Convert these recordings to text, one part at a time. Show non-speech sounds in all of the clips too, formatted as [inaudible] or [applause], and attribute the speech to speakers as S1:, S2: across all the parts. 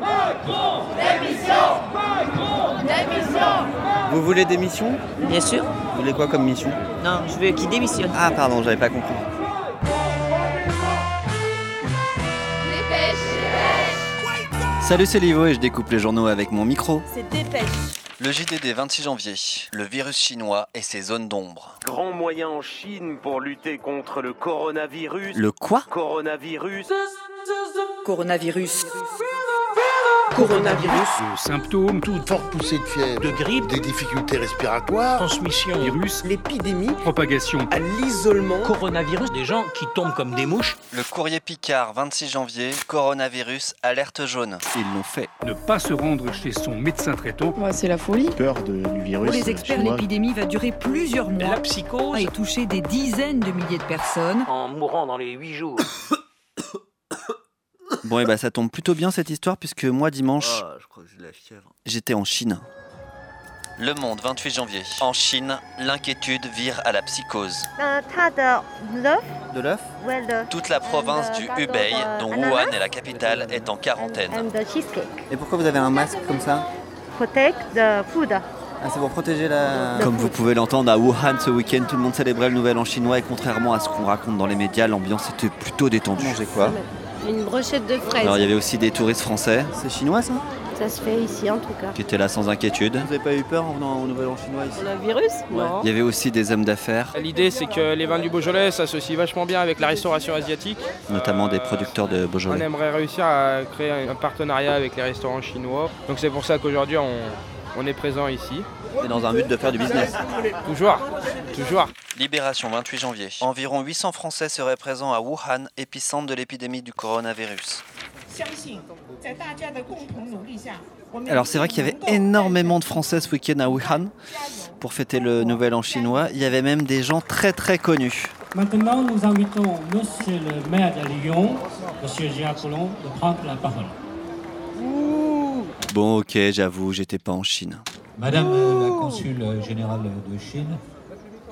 S1: Macron Démission Macron Démission
S2: Vous voulez des missions
S3: Bien sûr.
S2: Vous voulez quoi comme mission
S3: Non, je veux qu'il démissionne.
S2: Ah pardon, j'avais pas compris. Salut, c'est Livo et je découpe les journaux avec mon micro.
S4: C'est dépêche.
S2: Le JDD 26 janvier, le virus chinois et ses zones d'ombre.
S5: Grand moyen en Chine pour lutter contre le coronavirus.
S2: Le quoi
S5: Coronavirus.
S3: Ah, Coronavirus.
S6: De symptômes,
S7: toute forte poussée de fièvre,
S6: de grippe,
S7: des difficultés respiratoires,
S6: transmission virus,
S8: l'épidémie,
S6: propagation,
S8: à l'isolement,
S6: coronavirus, des gens qui tombent comme des mouches,
S2: Le courrier Picard 26 janvier, coronavirus, alerte jaune. Ils l'ont fait.
S6: ne pas se rendre chez son médecin traitant,
S9: Ouais, c'est la folie.
S10: peur de- du virus. euh,
S11: Pour les experts,
S10: chinois.
S11: l'épidémie va durer plusieurs mois
S6: la psychose,
S11: et toucher des dizaines de milliers de personnes.
S8: en mourant dans les 8 jours.
S2: Bon, et bah ça tombe plutôt bien cette histoire puisque moi dimanche,
S3: je crois que j'ai de la fièvre.
S2: j'étais en Chine. Le Monde 28 janvier. En Chine, l'inquiétude vire à la psychose. Euh, De l'œuf Toute la province
S4: Euh,
S2: du Hubei, dont Wuhan est la capitale, est en quarantaine. Et pourquoi vous avez un masque comme ça Ah, c'est pour protéger la. Comme vous pouvez l'entendre, à Wuhan ce week-end, tout le monde célébrait le nouvel an chinois et contrairement à ce qu'on raconte dans les médias, l'ambiance était plutôt détendue. Mangez quoi
S12: Une brochette de
S2: Alors il y
S12: fraises.
S2: avait aussi des touristes français. C'est chinois ça
S12: Ça se fait ici en tout cas.
S2: Qui étaient là sans inquiétude. Vous n'avez pas eu peur en venant au nouvel an chinois ici
S12: Le virus Non.
S2: Il y avait aussi des hommes d'affaires,
S8: L'idée, c'est que les vins du Beaujolais s'associent vachement bien avec la restauration asiatique.
S2: notamment des producteurs de
S8: On
S2: Beaujolais.
S8: aimerait réussir à créer un partenariat avec les restaurants chinois. Donc c'est pour ça qu'aujourd'hui, on, on est présent ici.
S2: Et dans un but de faire du business.
S8: Toujours, toujours.
S2: Libération 28 janvier. Environ 800 Français seraient présents à Wuhan, épicentre de l'épidémie du coronavirus. Alors c'est vrai qu'il y avait énormément de Français ce week-end à Wuhan pour fêter le Nouvel An chinois. Il y avait même des gens très très connus.
S13: [coughs] Maintenant, nous invitons Monsieur le maire de Lyon, Monsieur Gérard Collomb, de prendre la parole.
S2: Bon ok, j'avoue, j'étais pas en Chine.
S13: Madame euh, la consul générale de Chine,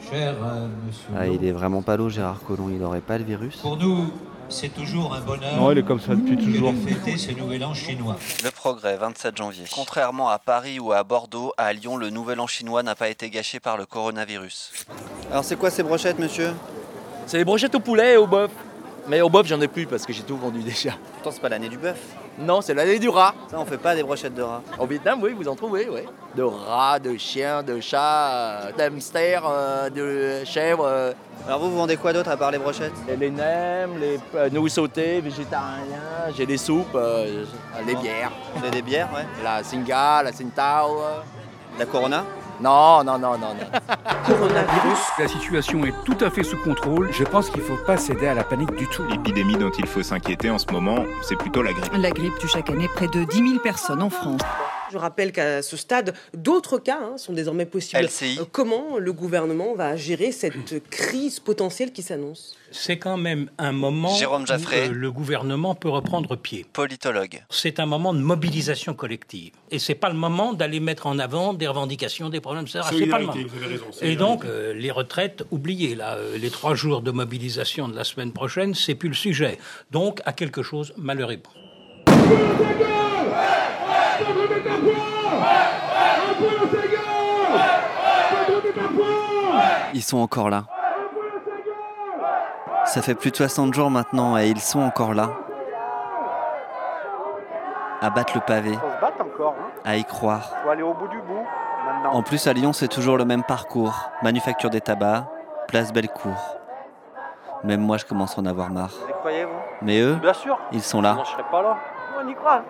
S13: cher euh, Monsieur,
S2: Ah,
S13: Lo,
S2: il est vraiment pas l'eau, Gérard Collomb, il aurait pas le virus.
S13: pour nous, c'est toujours un bonheur
S6: comme ça depuis
S13: que de fêter ce nouvel an chinois.
S2: Le progrès, 27 janvier. Contrairement à Paris ou à Bordeaux, à Lyon, le nouvel an chinois n'a pas été gâché par le coronavirus. Alors c'est quoi ces brochettes, monsieur
S8: C'est les brochettes au poulet et au bœuf. Mais au bœuf, j'en ai plus parce que j'ai tout vendu déjà.
S2: Pourtant c'est pas l'année du bœuf.
S8: Non, c'est l'année du rat.
S2: Ça on fait pas des brochettes de rat.
S8: Au Vietnam, oui, vous en trouvez, oui. De rats, de chiens, de chats, euh, d'hamsters, euh, de chèvres. euh,
S2: Alors vous, vous vendez quoi d'autre à part les brochettes
S8: et les nems, les euh, nouilles sautées, végétariens, j'ai des soupes, euh, les bières.
S2: Vous avez des bières, ouais.
S8: La Singa, la Sintao. euh.
S2: La Corona
S8: Non, non, non, non, non.
S6: La situation est tout à fait sous contrôle. Je pense qu'il ne faut pas céder à la panique du tout.
S10: L'épidémie dont il faut s'inquiéter en ce moment, c'est plutôt la grippe.
S11: La grippe tue chaque année près de 10 000 personnes en France.
S3: Je rappelle qu'à ce stade, d'autres cas hein, sont désormais possibles.
S2: LCI.
S3: Euh, Comment le gouvernement va gérer cette crise potentielle qui s'annonce
S6: C'est quand même un moment
S2: Jérôme Jaffray.
S6: où euh, le gouvernement peut reprendre pied.
S2: Politologue.
S6: C'est un moment de mobilisation collective. Et c'est pas le moment d'aller mettre en avant des revendications, des problèmes, etc. C'est pas le moment. Et donc, euh, les retraites, oubliez là, euh, les trois jours de mobilisation de la semaine prochaine, c'est plus le sujet. Donc, à quelque chose, malheur est bon.
S2: Ils sont encore là. Ça fait plus de 60 jours maintenant et ils sont encore là. À battre le pavé,
S5: On se bat encore, hein.
S2: à y croire.
S5: Faut aller au bout du bout, maintenant.
S2: En plus, à Lyon, c'est toujours le même parcours. Manufacture des tabacs, place Bellecour. Même moi, je commence à en avoir marre.
S5: Vous y croyez, vous
S2: Mais eux,
S5: Bien sûr.
S2: ils sont là.
S5: je serais pas là. On y croit.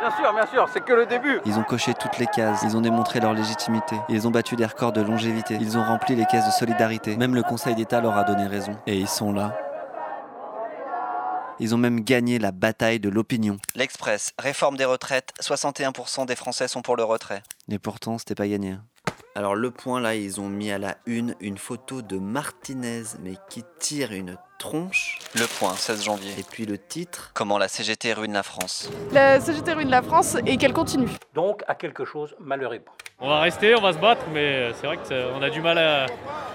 S5: bien sûr, bien sûr, c'est que le début.
S2: Ils ont coché toutes les cases, ils ont démontré leur légitimité, ils ont battu des records de longévité, ils ont rempli les caisses de solidarité. Même le Conseil d'État leur a donné raison. Et ils sont là. Ils ont même gagné la bataille de l'opinion. L'Express, réforme des retraites, 61% des Français sont pour le retrait. Et pourtant, c'était pas gagné. Alors le point là, ils ont mis à la une une photo de Martinez, mais qui tire une tronche. Le point, 16 janvier. Et puis le titre. Comment la CGT ruine la France.
S9: La CGT ruine la France et qu'elle continue.
S6: Donc, à quelque chose, malheur est bon.
S8: On va rester, on va se battre, mais c'est vrai qu'on a du mal à,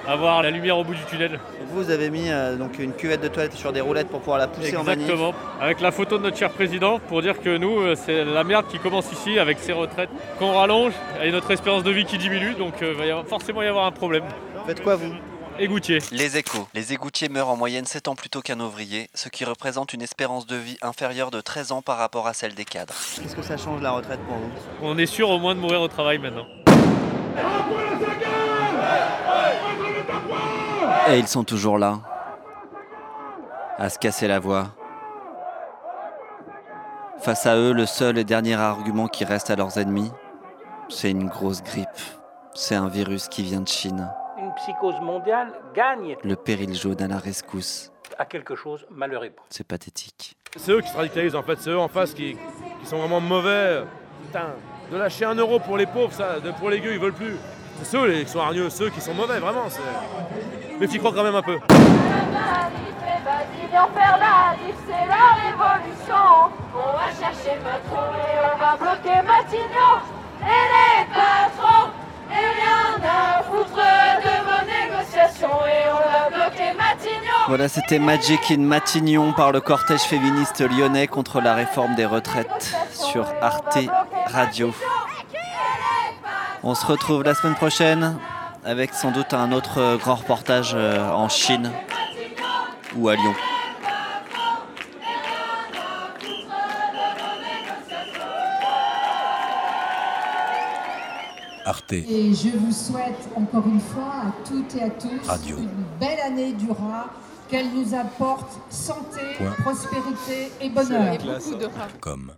S4: avoir la lumière au bout du tunnel.
S2: Vous avez mis euh, donc une cuvette de toilette sur des roulettes pour pouvoir la pousser en manif.
S4: Exactement. Avec la photo de notre cher président pour dire que nous, euh, c'est la merde qui commence ici avec ces retraites qu'on rallonge et notre espérance de vie qui diminue. Donc euh, il va y avoir- forcément y avoir un problème.
S2: Faites quoi vous
S4: Égoutier.
S2: Les échos. Les égoutiers meurent en moyenne 7 ans plus tôt qu'un ouvrier, ce qui représente une espérance de vie inférieure de 13 ans par rapport à celle des cadres. Qu'est-ce que ça change la retraite pour vous
S4: On est sûr au moins de mourir au travail maintenant.
S2: Et ils sont toujours là, à se casser la voix. Face à eux, le seul et dernier argument qui reste à leurs ennemis, c'est une grosse grippe. C'est un virus qui vient de Chine.
S6: Une psychose mondiale gagne
S2: Le péril jaune à la rescousse.
S6: à quelque chose malheur époux.
S2: C'est pathétique.
S14: C'est eux qui se radicalisent en fait, c'est eux en face qui, qui sont vraiment mauvais. Putain, de lâcher un euro pour les pauvres, ça, de- pour les gueux, ils veulent plus. C'est ceux les- qui sont hargneux, ceux qui sont mauvais, vraiment. c'est- Mais tu crois quand même un peu.
S1: Vas-y, viens faire la diff, c'est la révolution. On va chercher patron et on va bloquer Matignon. Et les patrons, et rien à foutre de vos négociations. Et on va bloquer Matignon.
S2: Voilà, c'était Magic in Matignon par le cortège féministe lyonnais contre la réforme des retraites sur Arte Radio. On se retrouve la semaine prochaine avec sans doute un autre euh, grand reportage euh, en Chine ou à Lyon.
S15: Arte.
S16: Et je vous souhaite encore une fois à toutes et à tous
S15: Radio.
S16: une belle année du rat, qu'elle nous apporte santé,
S15: Point.
S16: prospérité et
S15: C'est la
S16: bonheur.
S15: classe.
S16: de rats.
S15: Comme.